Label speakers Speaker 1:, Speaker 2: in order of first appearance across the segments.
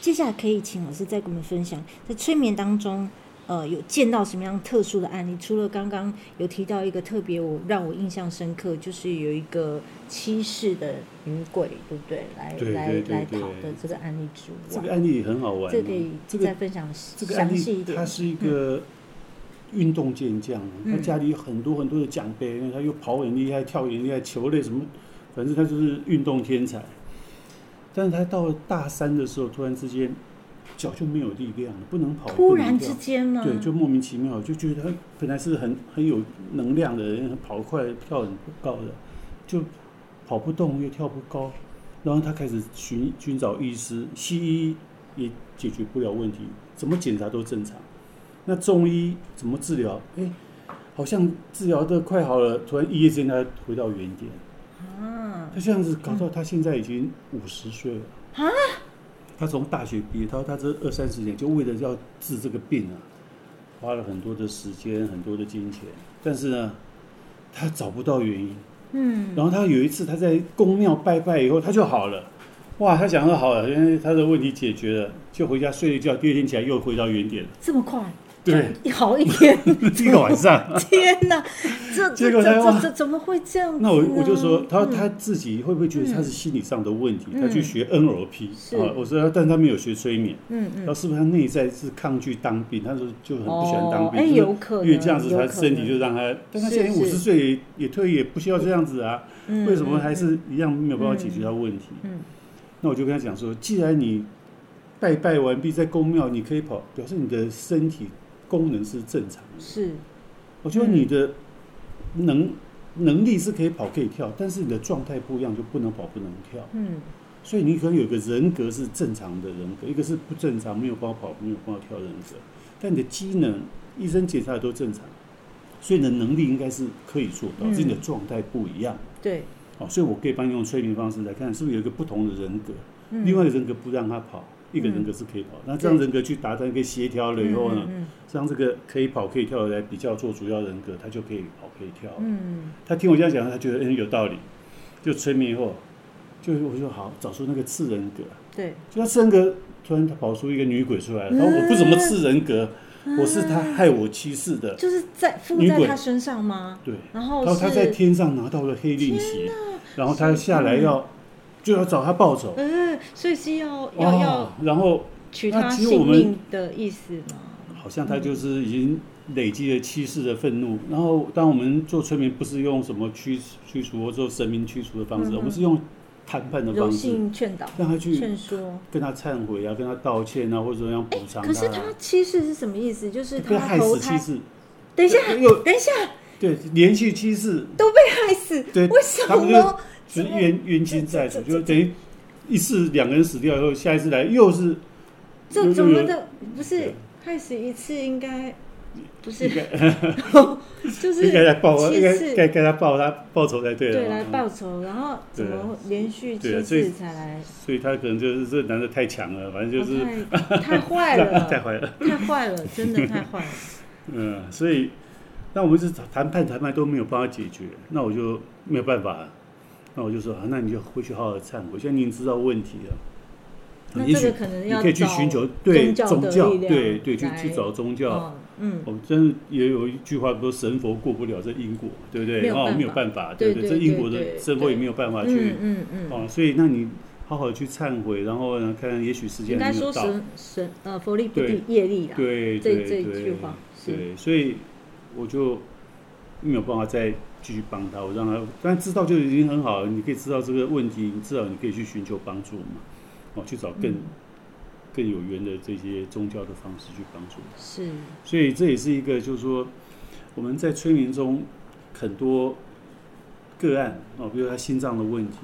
Speaker 1: 接下来可以请老师再给我们分享，在催眠当中，呃，有见到什么样特殊的案例？除了刚刚有提到一个特别我让我印象深刻，就是有一个七世的女鬼，对不对？来
Speaker 2: 对
Speaker 1: 来
Speaker 2: 对对
Speaker 1: 来
Speaker 2: 对
Speaker 1: 跑的这个案例之
Speaker 2: 这
Speaker 1: 外，
Speaker 2: 个案例很好玩，
Speaker 1: 这可以
Speaker 2: 这
Speaker 1: 再
Speaker 2: 个
Speaker 1: 分享
Speaker 2: 这个案
Speaker 1: 详细一
Speaker 2: 例，
Speaker 1: 点
Speaker 2: 他。是一个运动健将，
Speaker 1: 嗯
Speaker 2: 他家里有很多很多的奖杯，他又跑很厉害，跳很厉害，球类什么，反正他就是运动天才。但是他到了大三的时候，突然之间脚就没有力量了，不能跑，
Speaker 1: 突
Speaker 2: 不能
Speaker 1: 然
Speaker 2: 跳
Speaker 1: 之间吗？
Speaker 2: 对，就莫名其妙，就觉得他本来是很很有能量的人，跑得快、跳很高的，就跑不动又跳不高，然后他开始寻寻找医师，西医也解决不了问题，怎么检查都正常，那中医怎么治疗？哎，好像治疗的快好了，突然一夜之间他回到原点，
Speaker 1: 啊，
Speaker 2: 他这样子搞到他现在已经五十岁了
Speaker 1: 啊！
Speaker 2: 他从大学毕业，他说他这二三十年就为了要治这个病啊，花了很多的时间，很多的金钱，但是呢，他找不到原因。
Speaker 1: 嗯，
Speaker 2: 然后他有一次他在宫庙拜拜以后，他就好了。哇，他想说好了，因为他的问题解决了，就回家睡了一觉，第二天起来又回到原点了。
Speaker 1: 这么快，
Speaker 2: 对，
Speaker 1: 好一天，
Speaker 2: 第一个 晚上，
Speaker 1: 天 哪，这这
Speaker 2: 结果他
Speaker 1: 这
Speaker 2: 哇
Speaker 1: 这这怎么会这样子呢？
Speaker 2: 那我我就说，他
Speaker 1: 嗯
Speaker 2: 他自己会不会觉得他是心理上的问题？
Speaker 1: 嗯
Speaker 2: 他去学 NLP
Speaker 1: 是
Speaker 2: 啊，我说，但他没有学催眠，
Speaker 1: 嗯嗯
Speaker 2: 然后是不是他内在是抗拒当兵？他说就很不喜欢当
Speaker 1: 哦哎
Speaker 2: 兵，
Speaker 1: 有可能
Speaker 2: 因为这样子
Speaker 1: 有
Speaker 2: 他
Speaker 1: 可
Speaker 2: 身体
Speaker 1: 能
Speaker 2: 就让他，但他
Speaker 1: 是
Speaker 2: 现在
Speaker 1: 是
Speaker 2: 五十岁也也退也不需要这样子啊，
Speaker 1: 嗯，
Speaker 2: 为什么
Speaker 1: 嗯
Speaker 2: 还？是一样没有办法解决他问题？
Speaker 1: 嗯嗯
Speaker 2: 那我就跟他讲说，既然你拜拜完毕在宫庙，你可以跑，表示你的身体功能是正常的。
Speaker 1: 是
Speaker 2: 我觉得你的
Speaker 1: 嗯
Speaker 2: 能能力是可以跑可以跳，但是你的状态不一样，就不能跑不能跳。
Speaker 1: 嗯
Speaker 2: 所以你可能有个人格是正常的人格，一个是不正常，没有办法跑，没有办法跳的人格。但你的机能，医生检查的都正常，所以你的能力应该是可以做到，
Speaker 1: 嗯
Speaker 2: 只是你的状态不一样。
Speaker 1: 对，
Speaker 2: 哦，所以我可以帮你用催眠方式来看，是不是有一个不同的人格？
Speaker 1: 嗯
Speaker 2: 另外一个人格不让他跑，一个
Speaker 1: 嗯
Speaker 2: 人格是可以跑。那这样人格去达到一个协调了以后呢，
Speaker 1: 嗯
Speaker 2: 让这个可以跑可以跳的来比较做主要人格，他就可以跑可以跳。
Speaker 1: 嗯
Speaker 2: 他听我这样讲，他觉得嗯有道理，就催眠以后，就我就好找出那个次人格，
Speaker 1: 嗯对，
Speaker 2: 就他次人格突然跑出一个女鬼出来
Speaker 1: 嗯
Speaker 2: 了，然后我不怎么次人格，我是他害我妻室的，
Speaker 1: 就是在附
Speaker 2: 女
Speaker 1: 在
Speaker 2: 鬼
Speaker 1: 他身上吗？
Speaker 2: 对，
Speaker 1: 然后
Speaker 2: 然后
Speaker 1: 是
Speaker 2: 他在天上拿到了黑令旗，然后他下来要就要找他报仇，
Speaker 1: 嗯，所以是要要
Speaker 2: 哦
Speaker 1: 要，
Speaker 2: 然后
Speaker 1: 取
Speaker 2: 那
Speaker 1: 他
Speaker 2: 其实
Speaker 1: 性
Speaker 2: 我们
Speaker 1: 命的意思吗？
Speaker 2: 好像他就是已经累积了七世的愤怒。然后，当我们做催眠，不是用什么驱驱除或做神明驱除的方式，
Speaker 1: 嗯哼
Speaker 2: 我们是用谈判的
Speaker 1: 柔
Speaker 2: 方式，
Speaker 1: 性劝导、
Speaker 2: 让他去
Speaker 1: 劝说。
Speaker 2: 跟他忏悔啊，跟他道歉啊，或者怎么样补偿
Speaker 1: 哎可是
Speaker 2: 啊
Speaker 1: 他妻室是什么意思？就是
Speaker 2: 被
Speaker 1: 他
Speaker 2: 害
Speaker 1: 投
Speaker 2: 死
Speaker 1: 胎
Speaker 2: 七，世，
Speaker 1: 等一下，
Speaker 2: 又
Speaker 1: 等一下，
Speaker 2: 对连续七世，
Speaker 1: 都被害死，
Speaker 2: 对
Speaker 1: 为什
Speaker 2: 他们
Speaker 1: 么？
Speaker 2: 就是
Speaker 1: 什么
Speaker 2: 冤冤亲债主，
Speaker 1: 这
Speaker 2: 就等于一世两个人死掉以后，下一次来又是又
Speaker 1: 这
Speaker 2: 又
Speaker 1: 怎么
Speaker 2: 有
Speaker 1: 的？不是
Speaker 2: 对
Speaker 1: 害死一次应该不是
Speaker 2: 应，
Speaker 1: 就
Speaker 2: 应该
Speaker 1: 是
Speaker 2: 来报啊，
Speaker 1: 七
Speaker 2: 应该
Speaker 1: 世
Speaker 2: 该该他报他报仇才对了
Speaker 1: 对
Speaker 2: 嘛。
Speaker 1: 来
Speaker 2: 嗯
Speaker 1: 报仇，然后怎么连续七
Speaker 2: 对啊所以
Speaker 1: 次才来？
Speaker 2: 所以他可能就是这男的太强了，反正就是
Speaker 1: 哦太太坏
Speaker 2: 太
Speaker 1: 了，
Speaker 2: 坏了。
Speaker 1: 太坏了，真的太 坏了。
Speaker 2: 嗯，所以那我们是谈判谈判都没有办法解决，那我就没有办法，那我就说啊，那你就回去好好忏悔，现在你已经知道问题了，
Speaker 1: 那
Speaker 2: 也
Speaker 1: 这
Speaker 2: 许
Speaker 1: 个可能
Speaker 2: 你
Speaker 1: 要
Speaker 2: 可以去
Speaker 1: 找
Speaker 2: 寻求对
Speaker 1: 宗
Speaker 2: 宗
Speaker 1: 教
Speaker 2: 教
Speaker 1: 的力，量
Speaker 2: 对对，去
Speaker 1: 来
Speaker 2: 去找宗教。
Speaker 1: 嗯嗯，
Speaker 2: 我哦真的也有一句话说，神佛过不了这因果，对不
Speaker 1: 没
Speaker 2: 对？
Speaker 1: 有办
Speaker 2: 哦
Speaker 1: 法，
Speaker 2: 没有办法，
Speaker 1: 对
Speaker 2: 不
Speaker 1: 对
Speaker 2: 这因
Speaker 1: 对
Speaker 2: 果
Speaker 1: 对
Speaker 2: 的神佛也
Speaker 1: 对
Speaker 2: 没有办法去
Speaker 1: 嗯嗯嗯，
Speaker 2: 哦，所以那你好好去忏悔，然后呢，看也许时
Speaker 1: 应
Speaker 2: 间
Speaker 1: 该
Speaker 2: 还没
Speaker 1: 说
Speaker 2: 有到。
Speaker 1: 神神呃佛力不
Speaker 2: 对
Speaker 1: 敌业力啦。
Speaker 2: 对
Speaker 1: 这
Speaker 2: 对
Speaker 1: 这一
Speaker 2: 对
Speaker 1: 句话是
Speaker 2: 对，所以我就没有办法再继续帮他，我让他，但知道就已经很好了。你可以知道这个问题，你至少你可以去寻求帮助嘛，哦，去找更、
Speaker 1: 嗯
Speaker 2: 更有缘的这些宗教的方式去帮助。
Speaker 1: 是，
Speaker 2: 所以这也是一个，就是说我们在催眠中很多个案哦，比如他心脏的问题，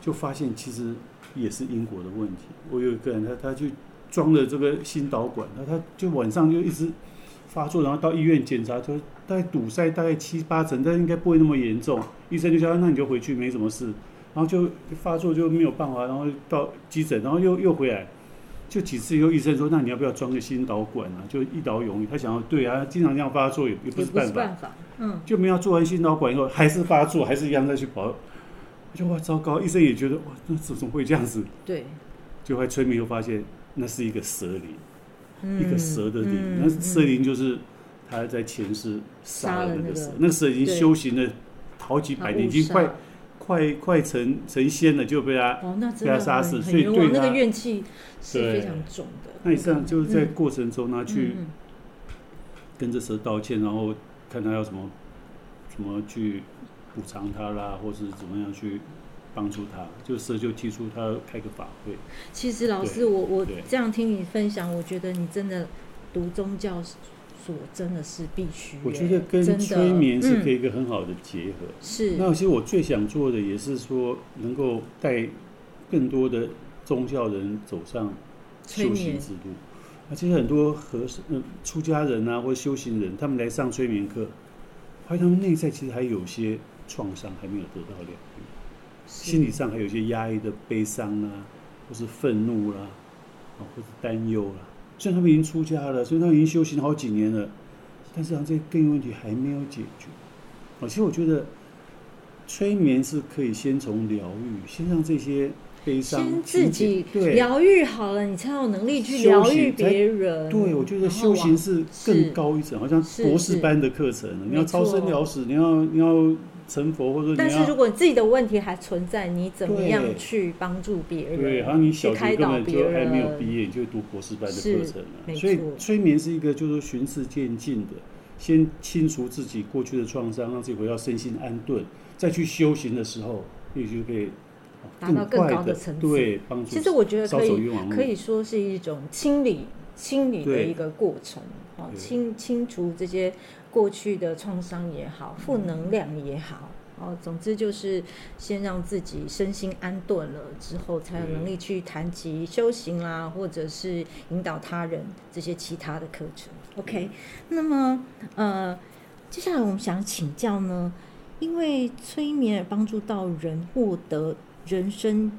Speaker 2: 就发现其实也是因果的问题。我有一个人，他他去装了这个心导管，那他就晚上就一直发作，然后到医院检查，就大概堵塞大概七八成，但应该不会那么严重。医生就叫他那你就回去，没什么事。然后就发作就没有办法，然后到急诊，然后又又回来，就几次以后，医生说：“那你要不要装个心导管啊？”就一劳永逸。他想要对啊，经常这样发作也也不
Speaker 1: 也
Speaker 2: 是
Speaker 1: 不
Speaker 2: 办
Speaker 1: 是
Speaker 2: 法，
Speaker 1: 办法。嗯，
Speaker 2: 就没有做完心导管以后还是发作，还是一样再去跑。我就哇糟糕，医生也觉得哇，那怎么会这样子？
Speaker 1: 对，
Speaker 2: 就后来催眠又发现那是一个蛇灵，
Speaker 1: 嗯
Speaker 2: 一个蛇的灵。
Speaker 1: 嗯
Speaker 2: 那蛇灵就是他在前世杀了那个
Speaker 1: 杀
Speaker 2: 蛇
Speaker 1: 了那个，
Speaker 2: 那个蛇已经
Speaker 1: 对
Speaker 2: 修行了好几百年，已经
Speaker 1: 他误
Speaker 2: 快
Speaker 1: 杀
Speaker 2: 快快成成仙了，就被他。
Speaker 1: 哦，那真
Speaker 2: 被他
Speaker 1: 的
Speaker 2: 杀死
Speaker 1: 很
Speaker 2: 所
Speaker 1: 很
Speaker 2: 以
Speaker 1: 冤枉，
Speaker 2: 对
Speaker 1: 那
Speaker 2: 他
Speaker 1: 个怨气是
Speaker 2: 对
Speaker 1: 非常重的。
Speaker 2: 那你这样就是在
Speaker 1: 嗯
Speaker 2: 过程中呢，去
Speaker 1: 嗯
Speaker 2: 跟这蛇道歉，然后看他要怎么怎么去补偿他啦，或是怎么样去帮助他。就蛇就提出他要开个法会，
Speaker 1: 嗯其实老师，
Speaker 2: 对
Speaker 1: 我我
Speaker 2: 对
Speaker 1: 这样听你分享，我觉得你真的读宗教所真的是必须耶。
Speaker 2: 我觉得
Speaker 1: 真
Speaker 2: 跟
Speaker 1: 的
Speaker 2: 催眠是可
Speaker 1: 嗯、
Speaker 2: 以一个很好的结合。
Speaker 1: 是
Speaker 2: 那其实我最想做的也是说，能够带更多的宗教人走上
Speaker 1: 催
Speaker 2: 修行
Speaker 1: 眠
Speaker 2: 之路。啊，其实很多和嗯出家人啊，或修行人，他们来上催眠课，发现他们内在其实还有些创伤还没有得到疗愈，
Speaker 1: 是
Speaker 2: 心理上还有一些压抑的悲伤啊，或是愤怒啦、啊，或是担忧啦。虽然他们已经出家了，虽然他们已经修行好几年了，但是啊，这些根源问题还没有解决。啊，其实我觉得催眠是可以先从疗愈，先让这些悲伤
Speaker 1: 先
Speaker 2: 疏解
Speaker 1: 自己
Speaker 2: 对
Speaker 1: 疗愈好了，你才有能力去
Speaker 2: 修
Speaker 1: 疗
Speaker 2: 行
Speaker 1: 愈
Speaker 2: 才
Speaker 1: 别人。
Speaker 2: 对，我觉得
Speaker 1: 然后
Speaker 2: 修行
Speaker 1: 往
Speaker 2: 是
Speaker 1: 是
Speaker 2: 更高一层，好像
Speaker 1: 是
Speaker 2: 博士
Speaker 1: 是
Speaker 2: 班的课程。你要
Speaker 1: 没
Speaker 2: 超生
Speaker 1: 错
Speaker 2: 了死，你要你要成佛，或者
Speaker 1: 但
Speaker 2: 你
Speaker 1: 是如
Speaker 2: 要
Speaker 1: 果你自己的问题还存在，你怎么
Speaker 2: 对
Speaker 1: 样去帮助别人？
Speaker 2: 对，好像你小
Speaker 1: 去开
Speaker 2: 学根
Speaker 1: 导
Speaker 2: 本
Speaker 1: 别
Speaker 2: 就还没有
Speaker 1: 人
Speaker 2: 毕业，你就读博士班的
Speaker 1: 是
Speaker 2: 课程
Speaker 1: 没
Speaker 2: 了。所以
Speaker 1: 错
Speaker 2: 催眠是一个就是循序渐进的，先清除自己过去的创伤，让自己回到身心安顿，再去修行的时候，也许就可以
Speaker 1: 达
Speaker 2: 更
Speaker 1: 到更
Speaker 2: 快
Speaker 1: 高的
Speaker 2: 的
Speaker 1: 层次
Speaker 2: 对帮助。
Speaker 1: 其实我觉得
Speaker 2: 少
Speaker 1: 可
Speaker 2: 走
Speaker 1: 以，
Speaker 2: 冤枉路
Speaker 1: 可以说是一种清理、清理的
Speaker 2: 对
Speaker 1: 一个过程，哦，
Speaker 2: 对
Speaker 1: 清清除这些过去的创伤也好，负能量也好，哦，总之就是先让自己身心安顿了之后，才有
Speaker 2: 嗯
Speaker 1: 能力去谈及修行啦，或者是引导他人这些其他的课程。OK，那
Speaker 2: 嗯
Speaker 1: 么呃，接下来我们想请教呢，因为催眠而帮助到人获得人生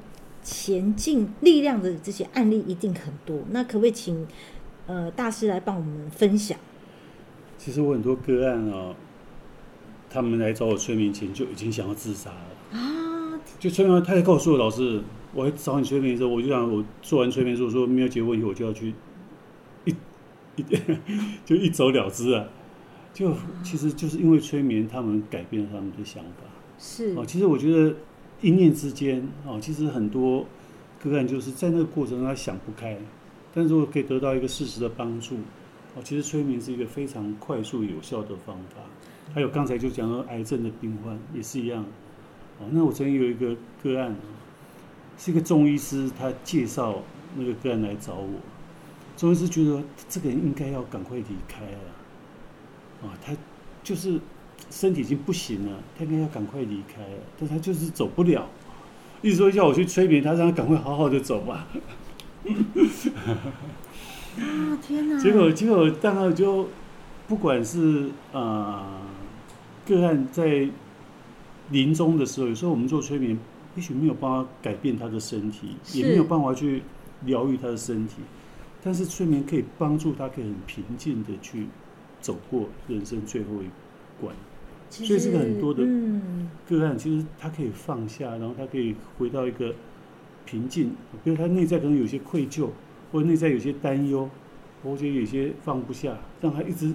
Speaker 1: 前进力量的这些案例一定很多，那可不可以请呃大师来帮我们分享？
Speaker 2: 其实我很多个案哦，他们来找我催眠前就已经想要自杀了。
Speaker 1: 啊，
Speaker 2: 就催眠，他也告诉我老师，我来找你催眠的时候，我就想我做完催眠之后说没有解决问题，我就要去一 一就一走了之啊。就其实就是因为催眠，他们改变了他们的想法。
Speaker 1: 是
Speaker 2: 哦，其实我觉得一念之间，哦，其实很多个案就是在那个过程中他想不开，但如果可以得到一个适时的帮助，哦，其实催眠是一个非常快速有效的方法。还有刚才就讲到癌症的病患也是一样，哦，那我曾经有一个个案，是一个中医师，他介绍那个个案来找我，中医师觉得这个人应该要赶快离开了，啊、他就是身体已经不行了，他应该要赶快离开了，但他就是走不了，一直说叫我去催眠他，让他赶快好好的走吧。
Speaker 1: 啊，天哪！
Speaker 2: 结果结果当然就不管是呃个案在临终的时候，有时候我们做催眠，也许没有办法改变他的身体，
Speaker 1: 是
Speaker 2: 也没有办法去疗愈他的身体，但是催眠可以帮助他，可以很平静的去走过人生最后一关。
Speaker 1: 其
Speaker 2: 所以
Speaker 1: 实
Speaker 2: 这个很多的
Speaker 1: 嗯，
Speaker 2: 个案其实他可以放下，然后他可以回到一个平静，比如他内在可能有些愧疚，或者内在有些担忧，或者有些放不下，让他一直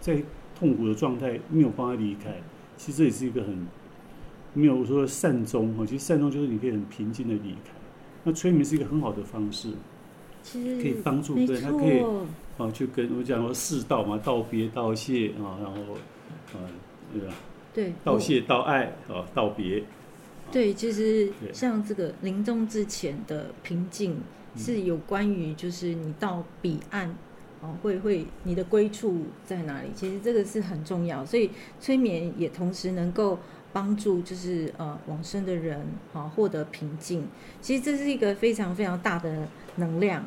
Speaker 2: 在痛苦的状态，没有帮他离开。其实这也是一个很没有说善终哦，其实善终就是你可以很平静的离开。那催眠是一个很好的方式，
Speaker 1: 其
Speaker 2: 可
Speaker 1: 实
Speaker 2: 以帮助
Speaker 1: 没
Speaker 2: 对他
Speaker 1: 错，
Speaker 2: 可以啊，就跟我讲说世道嘛，道别、道谢啊，然后啊，对吧？
Speaker 1: 对，
Speaker 2: 道
Speaker 1: 我
Speaker 2: 谢、道爱啊，道别。
Speaker 1: 对，其实
Speaker 2: 对
Speaker 1: 像这个临终之前的平静，
Speaker 2: 嗯
Speaker 1: 是有关于就是你到彼岸哦，会会你的归处在哪里？其实这个是很重要，所以催眠也同时能够帮助就是呃往生的人哦获得平静。其实这是一个非常非常大的能量。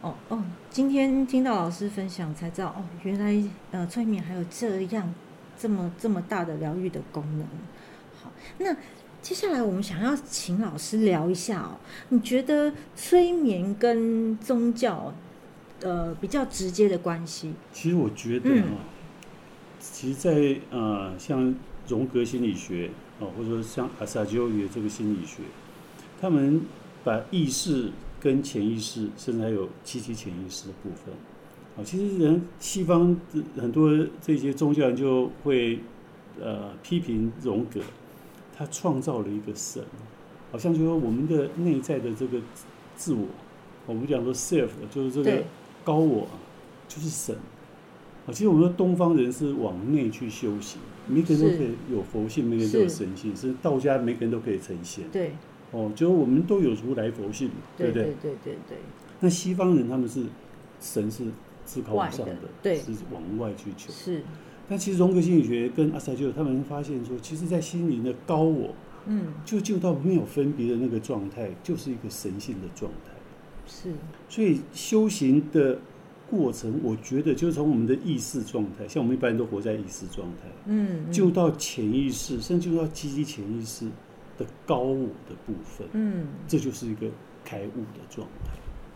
Speaker 1: 哦哦，今天听到老师分享才知道哦，原来呃催眠还有这样这么这么大的疗愈的功能。好，那接下来我们想要请老师聊一下哦，你觉得催眠跟宗教呃比较直接的关系？
Speaker 2: 其实我觉得
Speaker 1: 嗯
Speaker 2: 啊，其实在呃像荣格心理学哦，或者说像阿萨吉欧语的这个心理学，他们把意识跟潜意识，甚至还有集体潜意识的部分。啊，其实人西方很多这些宗教人就会呃批评荣格，他创造了一个神，好像就说我们的内在的这个自我，我们讲说 self 就是这个
Speaker 1: 对
Speaker 2: 高我就是神。啊，其实我们说东方人是往内去修行，每个人都
Speaker 1: 是
Speaker 2: 可以有佛性，每个人都有
Speaker 1: 是
Speaker 2: 神性，是道家每个人都可以成仙。
Speaker 1: 对
Speaker 2: 哦，就是我们都有如来佛性，
Speaker 1: 对
Speaker 2: 对不对？
Speaker 1: 对对对对，
Speaker 2: 那西方人他们是神是至高无上
Speaker 1: 外的对
Speaker 2: 是往外去求。
Speaker 1: 是，
Speaker 2: 但其实荣格心理学跟阿塞就他们发现说，其实，在心灵的高我，
Speaker 1: 嗯，
Speaker 2: 就就到没有分别的那个状态，就是一个神性的状态。
Speaker 1: 是，
Speaker 2: 所以修行的过程，我觉得就是从我们的意识状态，像我们一般人都活在意识状态，
Speaker 1: 嗯，嗯
Speaker 2: 进入到潜意识，甚至进入到积极潜意识的高我的部分，
Speaker 1: 嗯，
Speaker 2: 这就是一个开悟的状态。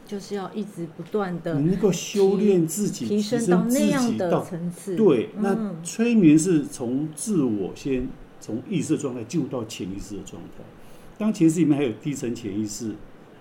Speaker 1: 就是要一直不断的
Speaker 2: 你能够修炼自己，
Speaker 1: 提
Speaker 2: 升
Speaker 1: 升
Speaker 2: 自己
Speaker 1: 到那样的层次，
Speaker 2: 对。那
Speaker 1: 嗯，
Speaker 2: 催眠是从自我先从意识的状态进入到潜意识的状态，当潜意识里面还有低层潜意识，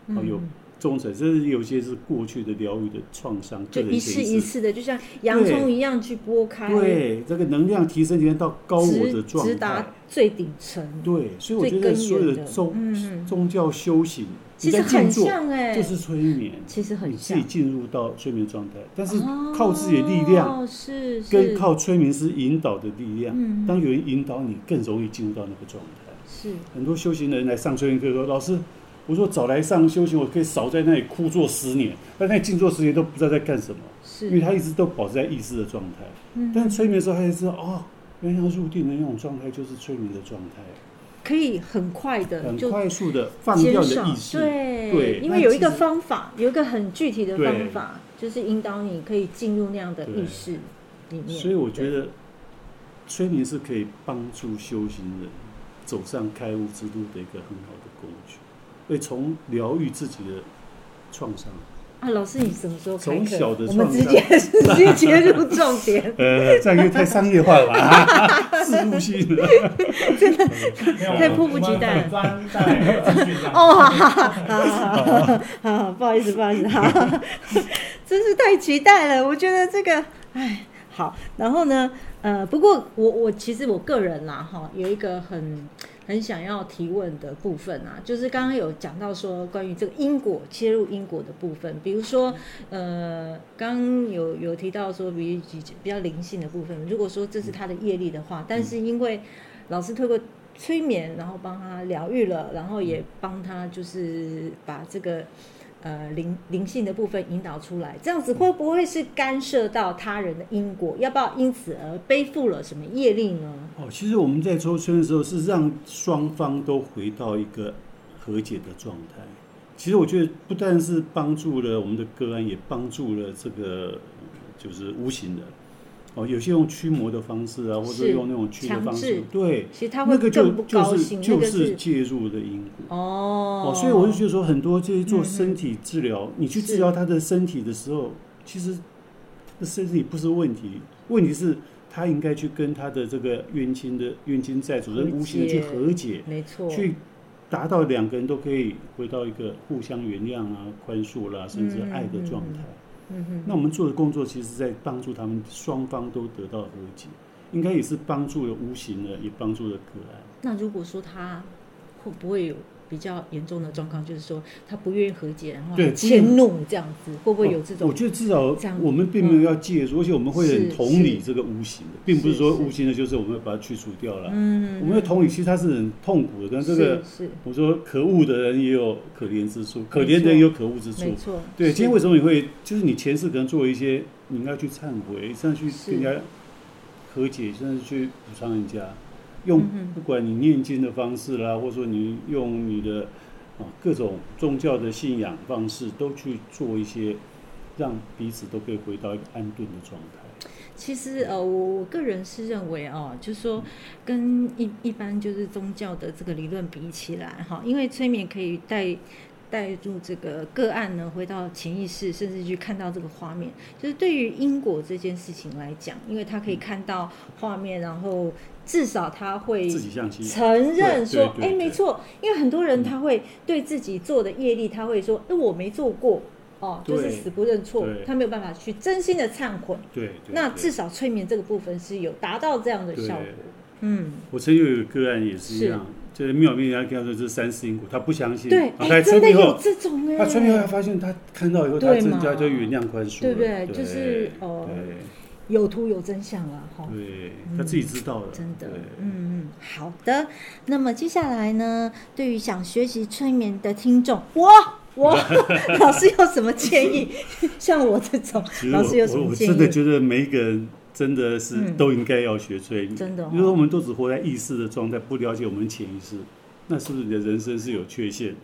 Speaker 2: 哦有
Speaker 1: 嗯
Speaker 2: 中层，甚至有些是过去的疗愈的创伤，
Speaker 1: 就
Speaker 2: 个
Speaker 1: 一
Speaker 2: 人
Speaker 1: 次
Speaker 2: 潜
Speaker 1: 一
Speaker 2: 意识。
Speaker 1: 次的，就像洋葱一样去剥开，
Speaker 2: 对，这个能量提升，提升到高我的
Speaker 1: 直
Speaker 2: 状
Speaker 1: 直
Speaker 2: 态
Speaker 1: 达。最顶层，
Speaker 2: 对，所以我觉
Speaker 1: 最
Speaker 2: 得
Speaker 1: 根
Speaker 2: 所有
Speaker 1: 源
Speaker 2: 的
Speaker 1: 的，
Speaker 2: 宗
Speaker 1: 嗯，
Speaker 2: 宗教修行，
Speaker 1: 其
Speaker 2: 你
Speaker 1: 实
Speaker 2: 在静
Speaker 1: 很
Speaker 2: 坐
Speaker 1: 像哎，
Speaker 2: 就是催眠，
Speaker 1: 其实
Speaker 2: 你
Speaker 1: 很
Speaker 2: 自
Speaker 1: 像
Speaker 2: 己，进入到睡眠状态，但是靠自己的力量。
Speaker 1: 哦是
Speaker 2: 跟
Speaker 1: 是
Speaker 2: 靠催眠师引导的力量。
Speaker 1: 嗯
Speaker 2: 当有人引导你，更容易进入到那个状态。
Speaker 1: 是
Speaker 2: 很多修行人来上催眠课说：“老师，我说早来上修行，我可以少在那里枯坐十年，在那里静坐十年都不知道在干什么，因为
Speaker 1: 是，
Speaker 2: 他一直都保持在意识的状态。
Speaker 1: 嗯
Speaker 2: 但催眠的时候，他就知道哦，原来要入定的那种状态就是催眠的状态，
Speaker 1: 可以很快的
Speaker 2: 很
Speaker 1: 就
Speaker 2: 快速的放
Speaker 1: 减
Speaker 2: 掉
Speaker 1: 少，
Speaker 2: 你的意识。
Speaker 1: 对，
Speaker 2: 对
Speaker 1: 因
Speaker 2: 那
Speaker 1: 为有
Speaker 2: 其
Speaker 1: 一个
Speaker 2: 实
Speaker 1: 方法，有一个很具体的
Speaker 2: 对
Speaker 1: 方法，就是引导你可以进入那样的意识里面。
Speaker 2: 所以我觉
Speaker 1: 对
Speaker 2: 得催眠是可以帮助修行人走上开悟之路的一个很好的工具，会从疗愈自己的创伤。
Speaker 1: 啊，老师，你什么时候开
Speaker 2: 从
Speaker 1: 课？
Speaker 2: 小的
Speaker 1: 我们
Speaker 2: 创
Speaker 1: 直接直接切入重点，
Speaker 2: 呃，这样又太商业化了吧？ 自入性的。
Speaker 1: 太迫不及待了
Speaker 3: 了。哦，
Speaker 1: 哦，好好好好好好好，不好意思，不好意思，好，真是太期待了。我觉得这个，哎，好。然后呢，呃，不过我我其实我个人啦，哈，有一个很很想要提问的部分啊，就是刚刚有讲到说关于这个因果切入因果的部分，比如说，呃，刚刚有有提到说，比比比较灵性的部分，如果说这是他的业力的话，但是因为老师透过催眠，然后帮他疗愈了，然后
Speaker 2: 嗯
Speaker 1: 也帮他就是把这个呃灵灵性的部分引导出来，这样子会不会是干涉到他人的因果？要不要因此而背负了什么业力呢？
Speaker 2: 哦，其实我们在抽签的时候是让双方都回到一个和解的状态。其实我觉得不但是帮助了我们的个案，也帮助了这个呃就是无形的。哦，有些用驱魔的方式啊，或者
Speaker 1: 是
Speaker 2: 用那种驱的
Speaker 1: 强
Speaker 2: 方式
Speaker 1: 制，
Speaker 2: 对，
Speaker 1: 其实他会
Speaker 2: 那个就
Speaker 1: 更不高
Speaker 2: 就
Speaker 1: 兴，
Speaker 2: 是
Speaker 1: 那
Speaker 2: 就
Speaker 1: 个
Speaker 2: 是介入的因果。
Speaker 1: 哦
Speaker 2: 哦，所以我就觉得说，很多这些
Speaker 1: 嗯
Speaker 2: 做
Speaker 1: 嗯嗯
Speaker 2: 身体治疗，你去治
Speaker 1: 是
Speaker 2: 疗他的身体的时候，其实那身体不是问题，问题是他应该去跟他的这个冤亲的冤亲债主，
Speaker 1: 和
Speaker 2: 人无形的去
Speaker 1: 解
Speaker 2: 和解，
Speaker 1: 没错，
Speaker 2: 去达到两个人都可以回到一个互相原谅啊、宽恕啦、甚至
Speaker 1: 嗯
Speaker 2: 爱的状
Speaker 1: 嗯
Speaker 2: 态。
Speaker 1: 嗯哼，
Speaker 2: 那我们做的工作，其实在帮助他们双方都得到和解，应该也是帮助了无形的，也帮助了个案。
Speaker 1: 那如果说他会不会有比较严重的状况，就是说他不愿意和解，然后
Speaker 2: 对
Speaker 1: 迁怒这样子，会不会有这
Speaker 2: 哦我
Speaker 1: 种？
Speaker 2: 觉得至少
Speaker 1: 这样嗯
Speaker 2: 我们并没有要戒除，而且我们会
Speaker 1: 是
Speaker 2: 很同理这个无形的，并不是说
Speaker 1: 是是
Speaker 2: 无形的，就是我们要把它去除掉了。
Speaker 1: 嗯，
Speaker 2: 我们会同理，其实它是很痛苦的，但这个
Speaker 1: 是
Speaker 2: 我说可恶的人也有可怜之处，可怜的人也有可恶之
Speaker 1: 是
Speaker 2: 处
Speaker 1: 没。错，
Speaker 2: 对，
Speaker 1: 是
Speaker 2: 今天为什么你会，就是你前世可能做了一些，你应该去忏悔，甚至去
Speaker 1: 是
Speaker 2: 跟人家和解，甚至去补偿人家，用
Speaker 1: 嗯哼
Speaker 2: 不管你念经的方式啦，或者说你用你的啊各种宗教的信仰方式，都去做一些，让彼此都可以回到一个安顿的状态。
Speaker 1: 其实呃，我我个人是认为哦，就是说
Speaker 2: 嗯
Speaker 1: 跟一一般就是宗教的这个理论比起来哈，因为催眠可以带带入这个个案呢，回到潜意识，甚至去看到这个画面。就是对于因果这件事情来讲，因为他
Speaker 2: 嗯
Speaker 1: 可以看到画面，然后至少他会
Speaker 2: 自己相信。
Speaker 1: 承认说，
Speaker 2: 对对
Speaker 1: 哎、
Speaker 2: 对嗯
Speaker 1: 没错，因为很多人他会对自己做的业力，他会说，哎、我没做过，哦，
Speaker 2: 对
Speaker 1: 就是死不认错
Speaker 2: 对，
Speaker 1: 他没有办法去真心的忏悔。
Speaker 2: 对对。
Speaker 1: 那
Speaker 2: 对
Speaker 1: 至少催眠这个部分是有达到这样的效果
Speaker 2: 对。
Speaker 1: 嗯，
Speaker 2: 我曾经有一个个案也是一样，就是妙妙人家跟他说这是三世因果，他不相信，
Speaker 1: 对，
Speaker 2: 啊
Speaker 1: 哎、
Speaker 2: 他
Speaker 1: 真
Speaker 2: 催
Speaker 1: 的
Speaker 2: 眠
Speaker 1: 有
Speaker 2: 后，
Speaker 1: 这种哎、
Speaker 2: 他催眠后他发现他看到以后，他
Speaker 1: 对嘛
Speaker 2: 增加就原谅宽恕
Speaker 1: 对
Speaker 2: 了，
Speaker 1: 不对就是哦
Speaker 2: 对
Speaker 1: 有图有真相了哈。
Speaker 2: 对，他自己知道的，
Speaker 1: 真的
Speaker 2: 对，
Speaker 1: 嗯嗯，好的。那么接下来呢，对于想学习催眠的听众，我 我老师有什么建议？ 像我这种
Speaker 2: 其，实
Speaker 1: 老师有什
Speaker 2: 我我
Speaker 1: 么
Speaker 2: 我
Speaker 1: 建
Speaker 2: 真的
Speaker 1: 议？
Speaker 2: 觉得每一个人真的是
Speaker 1: 嗯
Speaker 2: 都应该要学催眠，
Speaker 1: 真的哦
Speaker 2: 因为我们都只活在意识的状态，不了解我们的潜意识，那是不是你的人生是有缺陷的？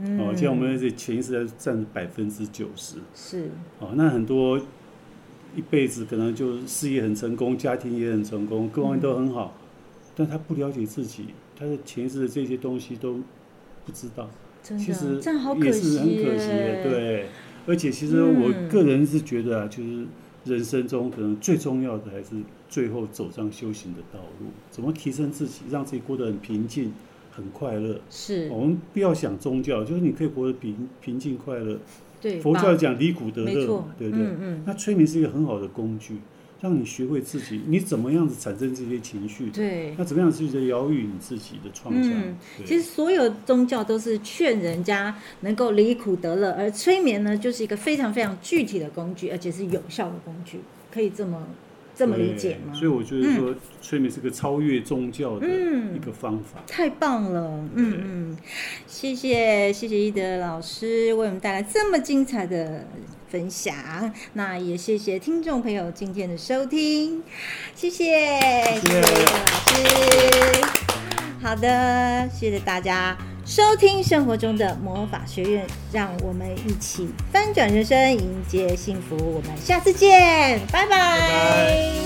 Speaker 1: 嗯
Speaker 2: 哦，像我们的潜意识占百分之九十，
Speaker 1: 是，
Speaker 2: 哦，那很多一辈子可能就事业很成功，家庭也很成功，各方面都很好，
Speaker 1: 嗯
Speaker 2: 但他不了解自己，他的前世的这些东西都不知道，
Speaker 1: 真
Speaker 2: 其
Speaker 1: 的，啊
Speaker 2: 实
Speaker 1: 这样好
Speaker 2: 也
Speaker 1: 惜
Speaker 2: 是很可惜
Speaker 1: 耶
Speaker 2: 的，。对。而且其实我
Speaker 1: 嗯
Speaker 2: 个人是觉得啊，就是人生中可能最重要的还是最后走上修行的道路，怎么提升自己，让自己过得很平静、很快乐。
Speaker 1: 是
Speaker 2: 我们不要想宗教，就是你可以活得平平静快乐。
Speaker 1: 对
Speaker 2: 佛教
Speaker 1: 吧
Speaker 2: 讲离苦得
Speaker 1: 没
Speaker 2: 乐
Speaker 1: 错
Speaker 2: 嘛，，对不对？
Speaker 1: 嗯嗯，
Speaker 2: 那催眠是一个很好的工具，让你学会自己你怎么样子产生这些情绪，
Speaker 1: 对。
Speaker 2: 那怎么样去疗愈你自己的创伤。
Speaker 1: 嗯
Speaker 2: 对
Speaker 1: 其实所有宗教都是劝人家能够离苦得乐，而催眠呢，就是一个非常非常具体的工具，而且是有效的工具，可以这么这么理解嗯
Speaker 2: 对
Speaker 1: 吗？
Speaker 2: 所以我觉得说，催眠是个超越宗教的
Speaker 1: 嗯
Speaker 2: 一个方法。
Speaker 1: 太棒了，嗯
Speaker 2: 对
Speaker 1: 嗯，谢谢谢谢一德老师为我们带来这么精彩的分享，那也谢谢听众朋友今天的收听，谢谢谢谢一德老师，好的，谢谢大家收听生活中的魔法学院，让我们一起翻转人生，迎接幸福，我们下次见，拜拜